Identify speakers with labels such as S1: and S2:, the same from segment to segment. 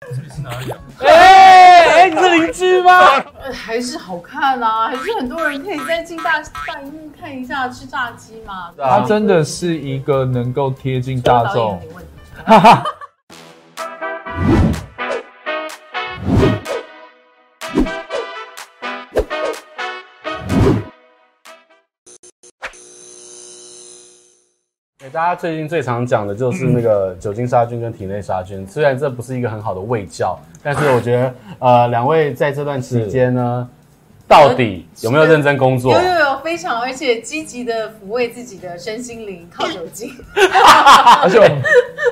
S1: 这里是哪里啊？
S2: 哎哎，你是邻居
S3: 啊
S2: 吗？
S4: 呃，还是好看啊，还是很多人可以再进大大荧幕看一下吃炸鸡嘛。
S1: 对啊
S2: 他真的是一个能够贴近
S4: 说
S2: 大
S4: 导演
S2: 众
S4: 有，点问题。
S2: 哈哈。
S3: 给哎大家最近最常讲的就是那 个酒精杀菌跟体内杀菌，虽然这不是一个很好的卫教，但是我觉得 呃，两位在这段期间呢，到底有没有认真工作
S4: 有？有有，非常，而且积极的抚慰自己的身心灵，靠酒精。
S2: 而且我们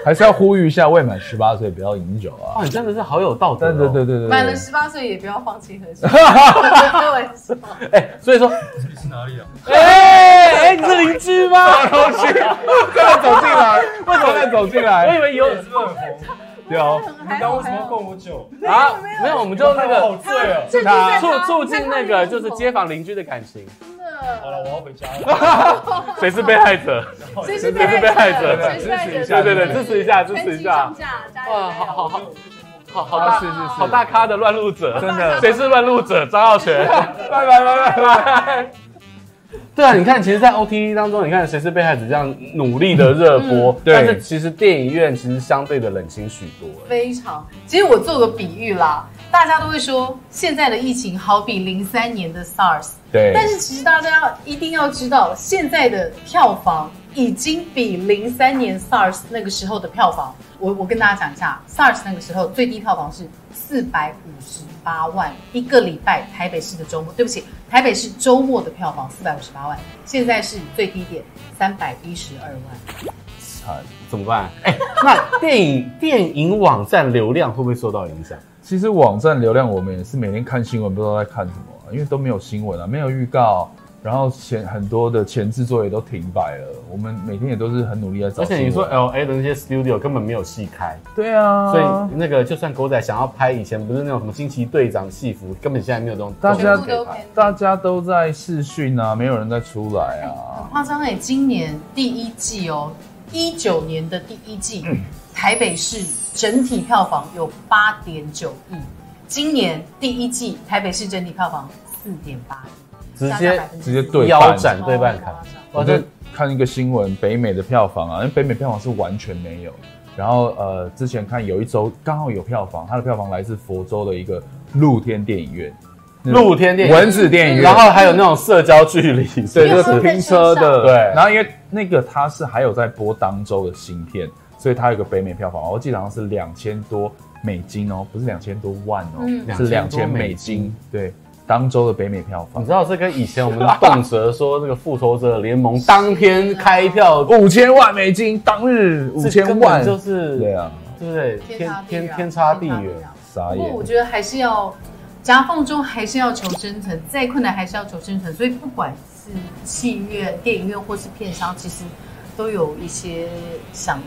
S2: 还是要呼吁一下，未满十八岁不要饮酒啊！
S3: 哇，你真的是好有道德、哦。
S2: 对对对对对，
S4: 满了十八岁也不要放弃喝 酒，开玩 笑。
S3: 哎、所以说
S1: 这里是哪里啊？
S2: 哎哎，你是邻 居吗？
S3: 这样走进来，为什
S2: 突然
S3: 么？
S2: 走 进
S3: 我
S2: 来
S3: 以，为有
S1: 这是不是很红？
S2: 对哦，
S1: 你刚为什么要灌我酒？
S3: 啊，没有，我们就那
S1: 我好
S3: 个
S1: 醉哦。
S4: 这
S2: 他
S3: 促促进那个就是街坊邻居的感情，
S4: 真
S1: 好了，我
S4: 的，
S1: 要回家了。
S3: 谁是被害者？
S4: 谁是
S3: 谁是被害者
S4: 谁是被害者？
S3: 对对对，支持一下，支
S4: 全
S3: 持一
S4: 集
S3: 下
S4: 上。架，加油！
S3: 哇，
S4: 加油
S3: 好好好好好
S2: 啊
S3: 大
S2: 是是是
S3: 好大咖的乱入者，
S2: 真的
S3: 谁是乱入者？张浩全，
S2: 拜拜拜拜拜。
S3: 对啊，你看，其实，在 OTT 当中，你看谁是被害者这样努力的热播，
S2: 对
S3: 但是其实电影院其实相对的冷清许多。哎
S4: 非常。其实我做个比喻啦，大家都会说现在的疫情好比零三年的 SARS，
S2: 对，
S4: 但是其实大家要一定要知道，现在的票房已经比零三年 SARS 那个时候的票房，我我跟大家讲一下，SARS 那个时候最低票房是四百五十八万一个礼拜，台北市的周末，对不起，台北市周末的票房四百五十八万，现在是最低点三百一十二万，
S3: 惨，怎么办？哎，那电影电影网站流量会不会受到影响？
S2: 其实网站流量我们也是每天看新闻，不知道在看什么啊、因为都没有新闻啊，没有预告，然后前很多的前置作业都停摆了，我们每天也都是很努力在找
S3: 而
S2: 新闻。
S3: 且你说 L A 的那些 studio 根本没有戏开，
S2: 对啊，
S3: 所以那个就算狗仔想要拍以前不是那种什么惊奇队长戏服，根本现在没有这种
S2: 大家啊
S3: 这种
S4: 全部都
S3: 可以拍
S4: 偏
S2: 大家都在视讯啊，没有人再出来啊。
S4: 夸张哎！今年第一季哦，一九年的第一季，
S3: 嗯
S4: 台北市整体票房有八点九亿，今年第一季台北市整体票房四点八亿，
S3: 直
S4: 下降
S3: 接
S4: 4%
S2: 直接对
S3: 腰斩对半砍哦
S4: 超夸。张
S2: 我
S3: 哇，
S2: 就
S3: 这
S2: 看一个新闻，北美的票房啊，因为北美票房是完全没有。然后呃，之前看有一周刚好有票房，它的票房来自佛州的一个露天电影院，
S3: 露天电影，
S2: 蚊子电影院，
S3: 然后还有那种社交距离，
S2: 对，
S4: 因
S2: 就
S4: 为
S2: 是
S4: 它
S2: 拼车的，
S3: 对
S2: 然后因为那个它是还有在播当周的新片，所以它有个北美票房，我记得好像是两千多美金哦，不是两千多万哦，
S4: 嗯
S2: 是两
S3: 2000多
S2: 千美金。对，当周的北美票
S3: 你
S2: 房
S3: 知道这跟以前我 们动辄说那个复仇者联盟当天开票
S2: 五千万美金，当日五千
S3: 这
S2: 万，
S3: 根本就是
S2: 对啊，
S3: 对不对？
S4: 哦天差地
S3: 天
S4: 远
S3: 天差地远。
S2: 傻
S4: 不过我
S2: 眼。
S4: 觉得还是要夹缝中还是要求生存，再困难还是要求生存。所以不管是戏院、电影院或是片商，其实都有一些想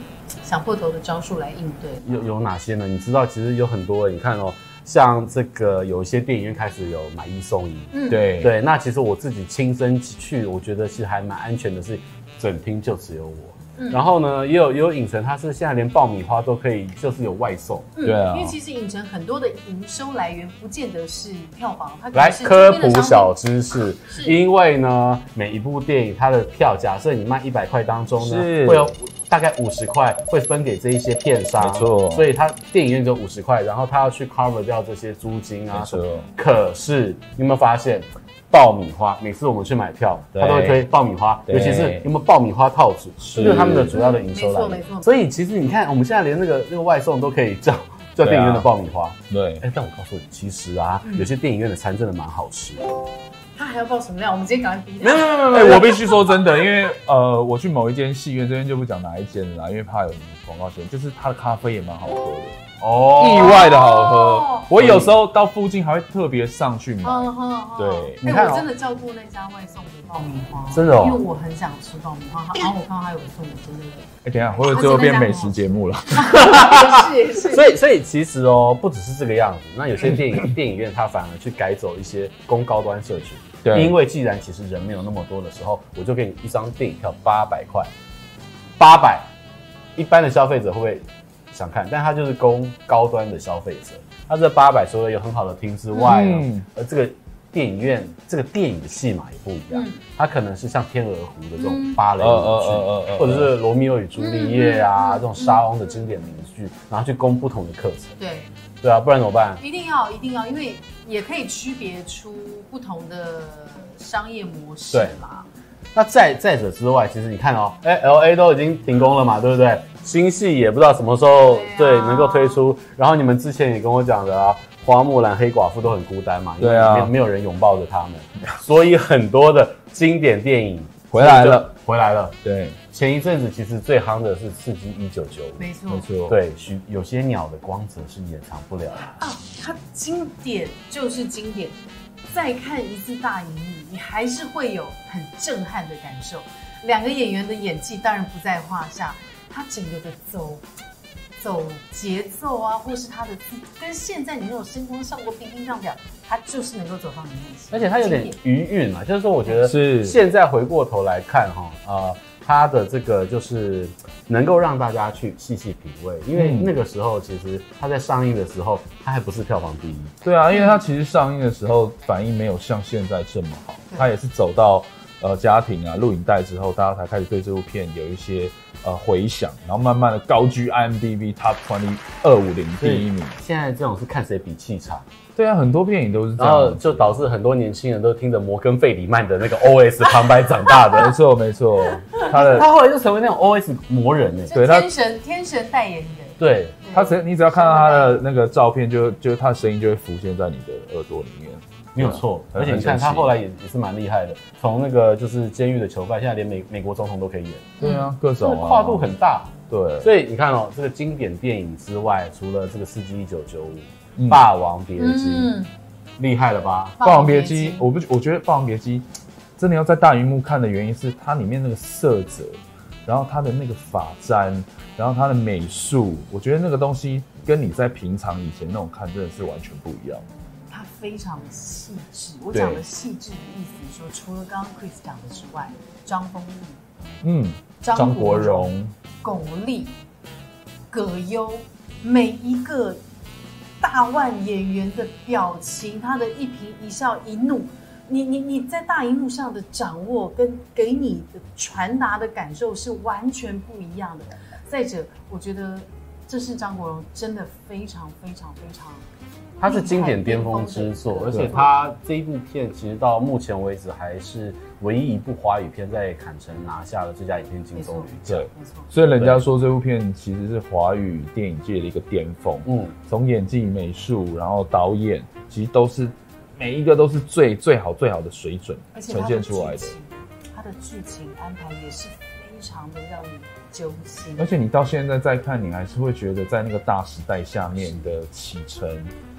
S4: 想破头的招数来应对。
S3: 有有哪些呢？你知道，其实有很多，你看哦，像这个有一些电影院开始有买一送一，
S4: 嗯，
S2: 对，
S3: 对，那其实我自己亲身去，我觉得是还蛮安全的是，整厅就只有我。
S4: 嗯
S3: 然后呢，也有也有影城，它是现在连爆米花都可以，就是有外送。
S4: 嗯
S2: 对啊
S4: 因为其实影城很多的营收来源不见得是票房，它可
S3: 来
S4: 嗯能是
S3: 科
S4: 周边
S3: 普
S4: 的商品
S3: 小知识，
S4: 是
S3: 因为呢，每一部电影它的票，假设你卖一百块当中呢，
S2: 是
S3: 会有大概五十块会分给这一些片商，
S2: 没错
S3: 所以它电影院只有五十块，然后它要去 cover 掉这些租金
S2: 没
S3: 啊。
S2: 错
S3: 可是你有没有发现，爆米花每次我们去买票，
S2: 对
S3: 它都会推爆米花，
S2: 对
S3: 尤其是有没有爆米花套组，
S2: 是
S3: 这是他们的主要的营收来源
S4: 没错没错。
S3: 所以其实你看，我们现在连那个那个外送都可以叫叫电影院的爆米花。
S2: 对
S3: 哎、，但我告诉你，其实啊，
S4: 嗯
S3: 有些电影院的餐真的蛮好吃的。
S4: 他还要爆什么料？我们今天赶快逼
S3: 没有
S4: 他。
S3: 没有没有没
S2: 哎、
S3: 有，
S2: 我必须说真的，因为呃，我去某一间戏院，这边就不讲哪一间了啦，因为怕有广告嫌，就是它的咖啡也蛮好喝的，
S3: 哦
S2: 意外的好喝
S4: 哦。
S2: 我有时候到附近还会特别上去买。
S4: 嗯哼哼
S2: 对
S4: 哎、
S3: 你看哦
S4: 我真的叫过那家外送的爆米花，
S3: 真的哦
S4: 因为我很想吃爆米花，然后我看到他有送，我真的
S2: 哎、等一下，会
S4: 哦
S2: 不会最后变美食节目了？
S4: 也是也是。
S3: 所以所以其实哦，不只是这个样子，那有些电 影电影院它反而去改走一些供高端社群，
S2: 对
S3: 因为既然其实人没有那么多的时候，我就给你一张电影票八百块，八百，一般的消费者会不会？想看，但它就是供高端的消费者。它这八百除了有很好的厅之外呢，
S2: 嗯
S3: 而这个电影院这个电影的戏码也不一样，
S4: 嗯
S3: 它可能是像《天鹅湖》的这种
S4: 嗯
S3: 芭蕾舞剧，
S2: 呃呃呃呃呃
S3: 或者是《罗密欧与朱丽叶》
S4: 嗯
S3: 啊、这种莎翁的经典名句，然后去供不同的课程。
S4: 对，
S3: 对啊，不然怎么办？
S4: 一定要一定要，因为也可以区别出不同的商业模式
S3: 对
S4: 嘛。
S3: 那再再者之外，其实你看哦，哎、l
S4: 嗯
S3: A 都已经停工了嘛，对不对？新戏也不知道什么时候对,、
S4: 对啊
S3: 能够推出。然后你们之前也跟我讲的啊，花木兰、黑寡妇都很孤单嘛，
S2: 对啊
S3: 因为没有没有人拥抱着他们，所以很多的经典电影
S2: 回来了，
S3: 回来了。
S2: 对，
S3: 前一阵子其实最夯的是《刺激一九九五
S4: 没错，
S2: 没错，》，
S3: 对，许有些鸟的光泽是掩藏不了的。
S4: 啊，它经典就是经典，再看一次大荧幕，你还是会有很震撼的感受。两个演员的演技当然不在话下，他整个的走走节奏啊，或是他的跟现在你那种声光效果冰冰上表，他就是能够走到你面前。
S3: 而且它有点
S4: 经典
S3: 余韵嘛，就是说我觉得
S2: 是
S3: 现在回过头来看哈，呃，它的这个就是能够让大家去细细品味，因为
S2: 嗯
S3: 那个时候其实它在上映的时候，它还不是票房第一，
S2: 对啊，因为它其实上映的时候反应没有像现在这么好，
S4: 对
S2: 它也是走到呃家庭啊录影带之后，大家才开始对这部片有一些呃回响，然后慢慢的高居 IMDB Top Twenty 二五零第一名。
S3: 现在这种是看谁比气场，
S2: 对啊，很多电影都是这
S3: 然后
S2: 样子。
S3: 就导致很多年轻人都听着摩根费里曼的那个 OS 旁白长大
S2: 没
S3: 的，
S2: 错没错，他的
S3: 他后来就成为那种 OS 魔人呢、
S2: 对
S4: 就
S2: 他
S4: 天神天神代言人，
S3: 对，
S4: 对
S2: 他只你只要看到他的那个照片，就就他的声音就会浮现在你的耳朵里面。
S3: 没有错，
S2: 对
S3: 而
S2: 啊
S3: 且你看
S2: 很神奇
S3: 他后来也也是蛮厉害的，从那个就是监狱的囚犯，现在连美美国总统都可以演，
S2: 对啊，各
S3: 这个
S2: 种啊
S3: 跨度很大。
S2: 对，
S3: 所以你看哦，这个经典电影之外，除了这个《世纪一九九五》《
S2: 嗯
S3: 霸王别姬》
S4: 嗯，
S3: 厉害了吧？
S2: 《霸王别姬》，我不，我觉得《霸王别姬》真的要在大荧幕看的原因是它里面那个色泽，然后它的那个发簪，然后它的美术，我觉得那个东西跟你在平常以前那种看真的是完全不一样。
S4: 他非常的细致。我
S2: 对
S4: 讲的细致的意思是说，除了刚刚 Chris 讲的之外，张丰毅、
S2: 嗯，张国荣，
S4: 巩俐、葛优，每一个大腕演员的表情，他的一颦一笑一怒，你你你在大荧幕上的掌握跟给你的传达的感受是完全不一样的。再者，我觉得这是张国荣真的非常非常非常，
S3: 它是经典巅峰之作，而
S2: 对
S3: 且它这一部片其实到目前为止还是唯一一部华语片在坎城拿下了最佳影片金棕榈奖。
S2: 对
S4: 没错，
S2: 所以人家说这部片其实是华语电影界的一个巅峰，
S3: 嗯，
S2: 从演技、美术，然后导演，其实都是每一个都是最最好最好的水准
S4: 而且
S2: 呈
S4: 他的
S2: 现出来
S4: 剧
S2: 的。
S4: 情，他的剧情安排也是非常的让你揪心，
S2: 而且你到现在再看，你还是会觉得在那个大时代下面的起承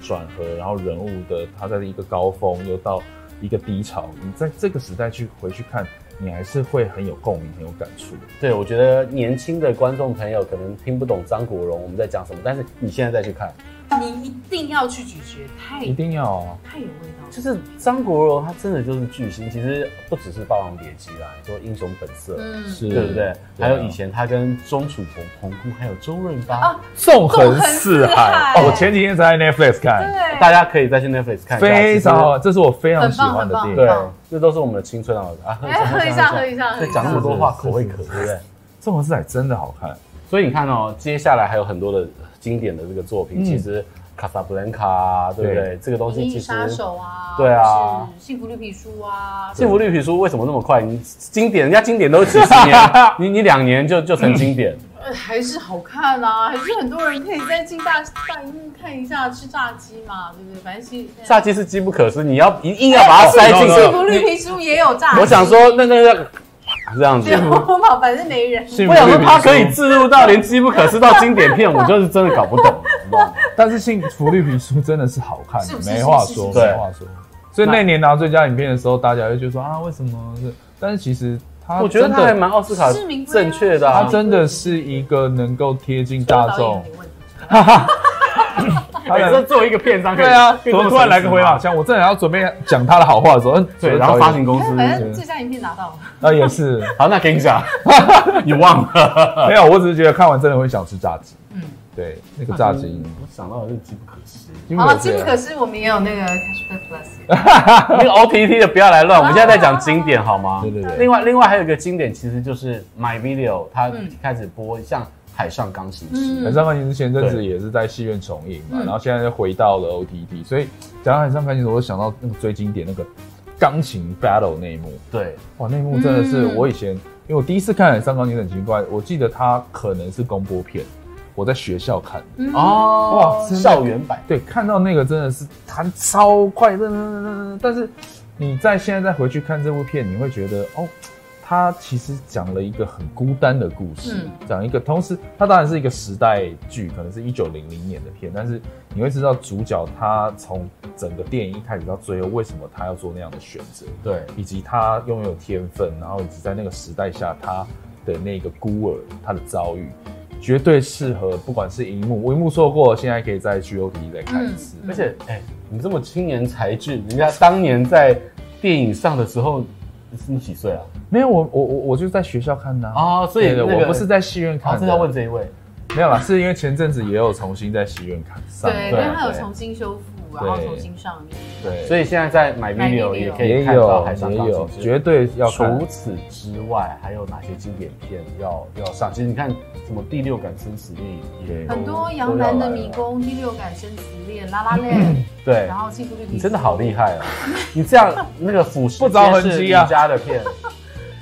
S2: 转合，然后人物的他在一个高峰又到一个低潮，你在这个时代去回去看，你还是会很有共鸣，很有感触。
S3: 对，我觉得年轻的观众朋友可能听不懂张国荣我们在讲什么，但是你现在再去看，
S4: 你一定要去咀嚼，太
S2: 一定要啊！
S4: 太有味道了。
S3: 就是张国荣他真的就是巨星。其实不只是《霸王别姬》啦，你说《英雄本色》，
S4: 嗯，
S2: 是
S3: 对不对？
S2: 对啊
S3: 还有以前他跟钟楚红、红姑还有周润发，
S4: 啊
S2: 纵
S4: 横
S2: 横
S4: 四
S2: 四
S4: 海
S2: 海哦，我前几天才在 Netflix 看，
S4: 对，
S3: 大家可以再去 Netflix 看一下，
S2: 非常
S3: 其
S2: 好，这是我非常喜欢的
S3: 实。
S4: 很棒很棒
S2: 电
S3: 对
S2: 影。
S4: 棒，
S3: 这都是我们的青春啊！啊，
S4: 嗯哎喝一下喝一下喝一下
S3: 对，讲那么多话
S2: 是是
S3: 口味可，对不对？
S2: 纵横四海真的好看，
S3: 所以你看哦，接下来还有很多的经典的这个作品，
S2: 嗯
S3: 其实《卡萨布兰卡》啊，对不对？
S2: 对
S3: 这个东西
S4: 银
S3: 其
S4: 翼
S3: 实
S4: 杀手啊，
S3: 对啊，
S4: 幸福绿皮书啊，
S3: 幸福绿皮书为什么那么快？你经典，人家经典都是 几十年，你你两年就就成经典。
S4: 呃还是好看啊，还是很多人可以再进大大荧幕看一下吃炸鸡嘛，对不对？反正是
S3: 下期是机不可失，你要一硬要把它
S4: 哎
S3: 塞进
S4: 幸幸福
S3: 去。
S4: 绿皮书也有炸鸡，
S3: 我想说，那那那这样子
S4: 对，，我嘛，反正没人。
S2: 幸福
S3: 我想说
S2: 绿皮
S3: 他可
S2: 书
S3: 以置入到连机不可失到经典片，我就是真的搞不懂，你知道吗？
S2: 但是《幸福绿皮书》真的是好看
S4: 是
S2: 的
S4: 不，是
S2: 没话说，
S4: 是
S3: 是是
S2: 没话说。所以那年拿最佳影片的时候，大家就觉得说啊，为什么是？但是其实它
S3: 我觉得
S2: 真
S3: 他
S2: 的
S3: 还蛮奥斯卡
S4: 市民规啊
S3: 正确的、
S2: 它
S3: 啊。
S2: 真的是一个能够贴近
S4: 说导
S2: 大
S4: 演
S2: 众
S4: 有。点问题
S2: 他
S3: 每次哎作为一个片商，
S2: 对啊，
S3: 可以
S2: 怎么突然来个回马
S3: 嘛？
S2: 枪？我正想要准备讲他的好话的时候，嗯
S3: 啊对，然后发行公
S4: 哎反正
S3: 司，
S4: 最佳影片拿到了，
S2: 啊也是
S3: 好，那给你讲，你忘了。
S2: 没有，我只是觉得看完真的会想吃炸鸡。
S4: 嗯，
S2: 对，那个炸鸡，
S3: 我想到的是机不可失。
S2: 因为
S4: 好
S2: 我
S4: 了，
S2: 觉
S4: 金
S2: 得
S4: 可是我们也有那个 Cash Back Plus，
S3: 那个 OTT 的不要来乱，我们现在在讲经典好吗？
S2: 对对对
S3: 另外，另外还有一个经典，其实就是 My Video，它
S4: 嗯
S3: 开始播像《海上钢琴师》
S2: 海
S4: 嗯，
S2: 上钢琴师前阵子
S3: 对
S2: 也是在戏院重映嘛，
S4: 嗯
S2: 然后现在又回到了 OTT，所以讲到海上钢琴师，我就想到那个最经典那个钢琴 battle 那一幕，
S3: 对，
S2: 哇，那一幕真的是
S4: 嗯
S2: 我以前，因为我第一次看海上钢琴师很奇怪，我记得它可能是公播片，我在学校看的。
S4: 嗯，
S3: 哦
S2: 哇，真的
S3: 校园版，
S2: 对，看到那个真的是弹超快，噔噔噔噔噔噔但是你在现在再回去看这部片，你会觉得哦，它其实讲了一个很孤单的故事，
S4: 嗯
S2: 讲一个同时它当然是一个时代剧，可能是一九零零年的片，但是你会知道主角他从整个电影一开始到最后，为什么他要做那样的选择，
S3: 对，
S2: 以及他拥有天分，然后以及在那个时代下他的那个孤儿他的遭遇，绝对适合不管是荧幕，我荧幕说过，现在可以在 G O T 再看一次。
S4: 嗯
S3: 而且，哎、你这么青年才俊，人 家当年在电影上的时候，你几岁啊？
S2: 没有我我我我就在学校看的啊，
S3: 啊、所以、
S2: 对
S3: 那
S2: 的，
S3: 个
S2: 我不是哦在戏院
S3: 啊，
S2: 看
S3: 这
S2: 的。
S3: 要问这一位，
S2: 没有啦，是因为前阵子也有重新在戏院看上。
S4: 对，因为它有重新修复，然后重新上映。
S2: 对，
S3: 所以现在在 My
S4: My
S3: Video
S4: Video
S3: 也可以
S2: 也
S3: 看到
S2: 有
S3: 海上
S2: 也
S3: 钢
S2: 有
S3: 琴，师
S2: 绝。对要看
S3: 除。此之外，还有哪些经典片要要上？其实你看，什么第六感生死恋也
S2: 对
S3: 都
S4: 很多杨澜的迷，
S3: 都要来了
S4: 宫、第六感、生死恋、拉拉链，
S3: 对，
S4: 然后幸福绿
S3: 嗯
S4: 皮，
S3: 你真的好厉害哦！你这样那个腐蚀
S2: 不着痕迹啊
S3: 皆是家的片，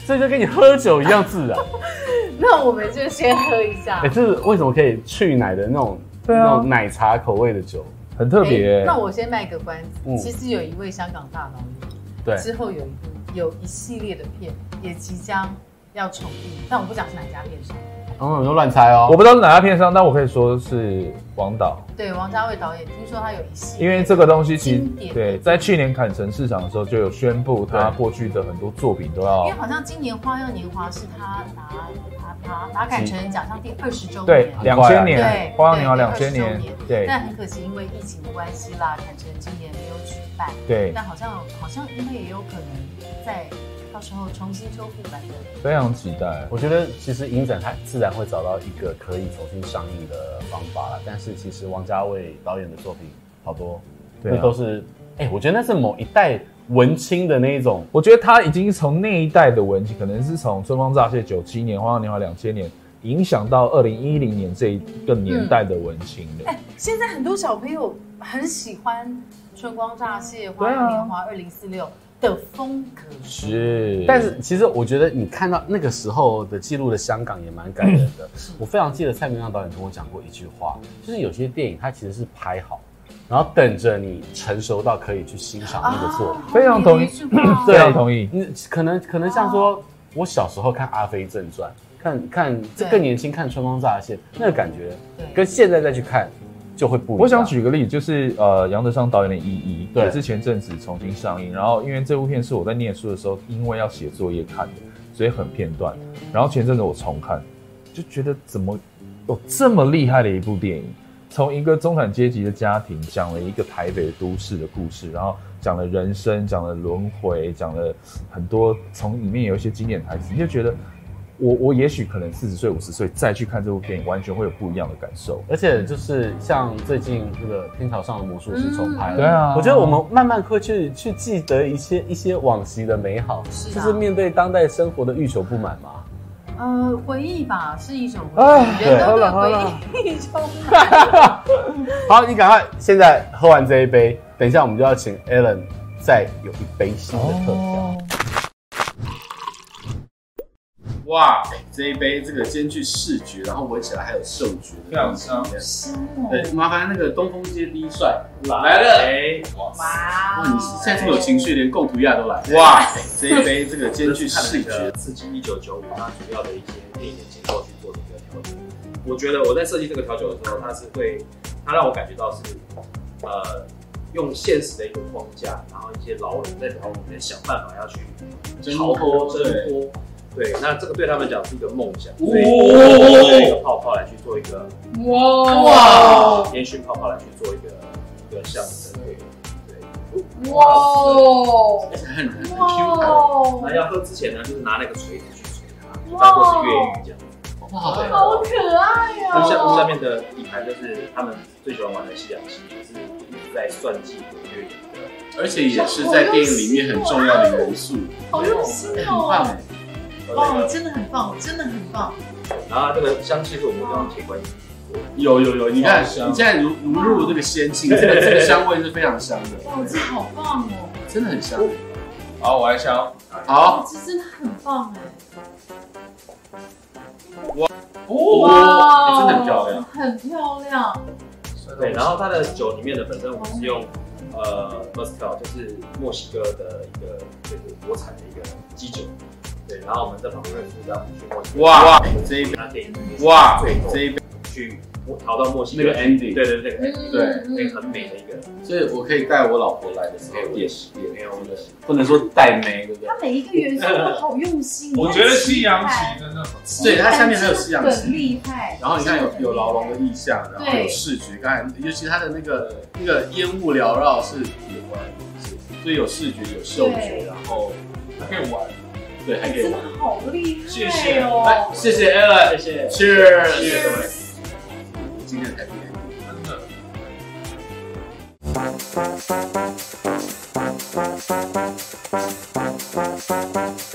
S3: 这就跟你喝酒一样自然。
S4: 那我们就先喝一下
S3: 哎、。这是为什么可以去奶的那种、
S2: 对啊
S3: 那种奶茶口味的酒？
S2: 很特别、
S4: 哎那我先卖个关
S3: 嗯
S4: 子，其实有一位香港大导演，
S3: 对，
S4: 之后有一部有一系列的片也即将要重映，但我不讲是哪一家片商。
S3: 然后我就乱猜哦。
S2: 我不知道是哪家片商，但我可以说是王导。
S4: 对，王家卫导演，听说他有一系列，
S2: 因为这个东西其
S4: 经典
S2: 实对，在去年砍城市场的时候就有宣布，他过去的很多作品都
S4: 因
S2: 要
S4: 为好像今年《花样年华》是他拿拿拿拿杆成人奖项第二十周年，
S2: 对
S3: 很快
S2: 两千
S4: 啊对
S2: 年，花样年华
S4: 对
S2: 两
S4: 20
S2: 千年
S4: 周年，
S2: 对
S4: 但很可惜，因为疫情的关系啦，坎城今年没有举办。
S2: 对，
S4: 但好像好像因为也有可能在到时候重新修复版的。
S2: 非常期待。
S3: 我觉得其实影展它自然会找到一个可以重新上映的方法啦。但是其实王家卫导演的作品好多，
S2: 对啊
S3: 那都是哎、我觉得那是某一代文青的那一种。
S2: 我觉得他已经从那一代的文青，可能是从《春光乍泄》九七年，《花样年华》两千年，影响到二零一零年这一个年代的文青的。
S4: 哎，现在很多小朋友很喜欢《春光乍泄》《花
S2: 啊
S4: 样年华》二零四六的风格，
S2: 是，
S3: 但是其实我觉得你看到那个时候的记录的香港也蛮感人的。
S2: 嗯
S3: 我非常记得蔡明亮导演跟我讲过一句话，就是有些电影它其实是拍好，然后等着你成熟到可以去欣赏那个作品。
S4: 啊
S2: 非常同意
S4: 对
S2: 非常同意。
S3: 你可能可能像
S2: 哦
S3: 说，我小时候看《阿飞正传》，看看这
S4: 对
S3: 更年轻看《春光乍泄》，那个感觉
S4: 对
S3: 跟现在再去看就会不一样。
S2: 我想举个例子，就是呃，杨德昌导演的《一一》，
S3: 对
S2: 也是前阵子重新上映。然后因为这部片是我在念书的时候，因为要写作业看的，所以很片段。然后前阵子我重看，就觉得怎么有这么厉害的一部电影？从一个中产阶级的家庭，讲了一个台北都市的故事，然后讲了人生，讲了轮回，讲了很多，从里面有一些经典台词，你就觉得我我也许可能四十岁、五十岁再去看这部电影，完全会有不一样的感受。
S3: 而且就是像最近那个《天桥上的魔术师》重拍了，
S2: 对啊
S3: 我觉得我们慢慢会去去记得一些一些往昔的美好，
S4: 是啊
S3: 就是面对当代生活的欲求不满嘛。
S4: 呃，回忆吧，是一种回
S2: 哎
S4: 忆，人都
S3: 对
S4: 对
S3: 好了好
S4: 回忆充满。
S3: 好，你赶快现在喝完这一杯，等一下我们就要请 Alan 再有一杯新的特调。哇，这一杯这个兼具视觉，然后闻起来还有嗅觉的，
S1: 非常香
S4: 是哦
S3: 对，麻烦那个东风街第一帅来
S1: 来
S3: 了。
S1: 了，哇
S4: 哇
S1: 塞，
S3: 哇，你嗯现在这么有情绪，连贡图亚都来。哇
S1: 哇，
S3: 这一杯这个兼具视
S1: 看了那
S3: 觉
S1: 个，刺激一九九五它主要的一些电影的结构去做的一个调整。我觉得我在设计这个调酒的时候，它是会，它让我感觉到是，呃，用现实的一个框架，然后一些老人在老人在想办法要去逃脱、挣脱。对，那这个对他们讲是一个梦想，所以
S5: 哦
S1: 用一个泡泡来去做一个
S5: 啊
S4: 哇
S1: 烟熏泡泡来去做一个一个象征。对，对。
S4: 哇哦
S1: 很很
S4: 哇
S1: Q 感。
S4: 哦
S1: 那，要喝之前呢，就是拿那个锤子去锤它，
S4: 哇哦
S1: 当做是越狱这样。
S3: 哇
S1: 对，
S4: 好可爱
S1: 就下
S4: 哦！
S1: 下面的饮
S2: 看就是他们最喜欢玩的西洋棋，就是一直在算计国月圆的
S5: 而且也是在电影里面很重要的元素，
S4: 好用心
S5: 很棒
S4: 哦！
S5: 哎。
S2: 那
S4: 哇，
S2: 个，
S4: 真的很棒，真的很棒。
S2: 然后这个香气是我们刚刚铁观音
S5: 有有有，你
S2: 好
S5: 看
S2: 香
S5: 你现在如如入这个仙境，这个这个香味是非常香的，
S4: 哇，这好棒哦！
S5: 真的很香。
S2: 好，我来香。
S5: 好，
S4: 哇，这真的很棒哎！
S5: 哦，真的很漂亮。，
S4: 很漂亮。
S2: 对，然后它的酒里面的本身我们是用呃 mezcal，就是墨西哥的一个就是国产的一个基酒。对，然后我们在旁边附上去墨西哥，
S5: 哇，这一杯，
S2: 它可以
S5: 哇
S2: 最后，
S5: 这一杯
S2: 去逃到墨西
S5: 那
S2: 哥
S5: 个 ending，
S2: 对对对，
S5: 对
S2: 那个很美的一个
S5: 所以我可以带我老婆来的时候也是，
S2: 没有问题。
S5: 不能说带妹，对不对
S4: 它？每一个元素都好用心。
S1: 我觉得西洋棋真的很
S5: 对，它下面还有西洋
S4: 很
S5: 棋，
S4: 厉害。
S5: 然后你看有有牢笼的意象，然后
S4: 对
S5: 有视觉，刚才尤其它的那个那个烟雾缭绕是有关的东西，所以有视觉有嗅觉，
S4: 对
S5: 然后
S1: 还可以玩。
S5: 对还可以
S4: 真的
S5: 玩。
S4: 好厉害哦！
S1: 谢谢
S5: 来，谢
S2: 谢谢。
S5: 谢 Alan，Cheers！今天太厉害了。
S1: 真的。
S6: Thank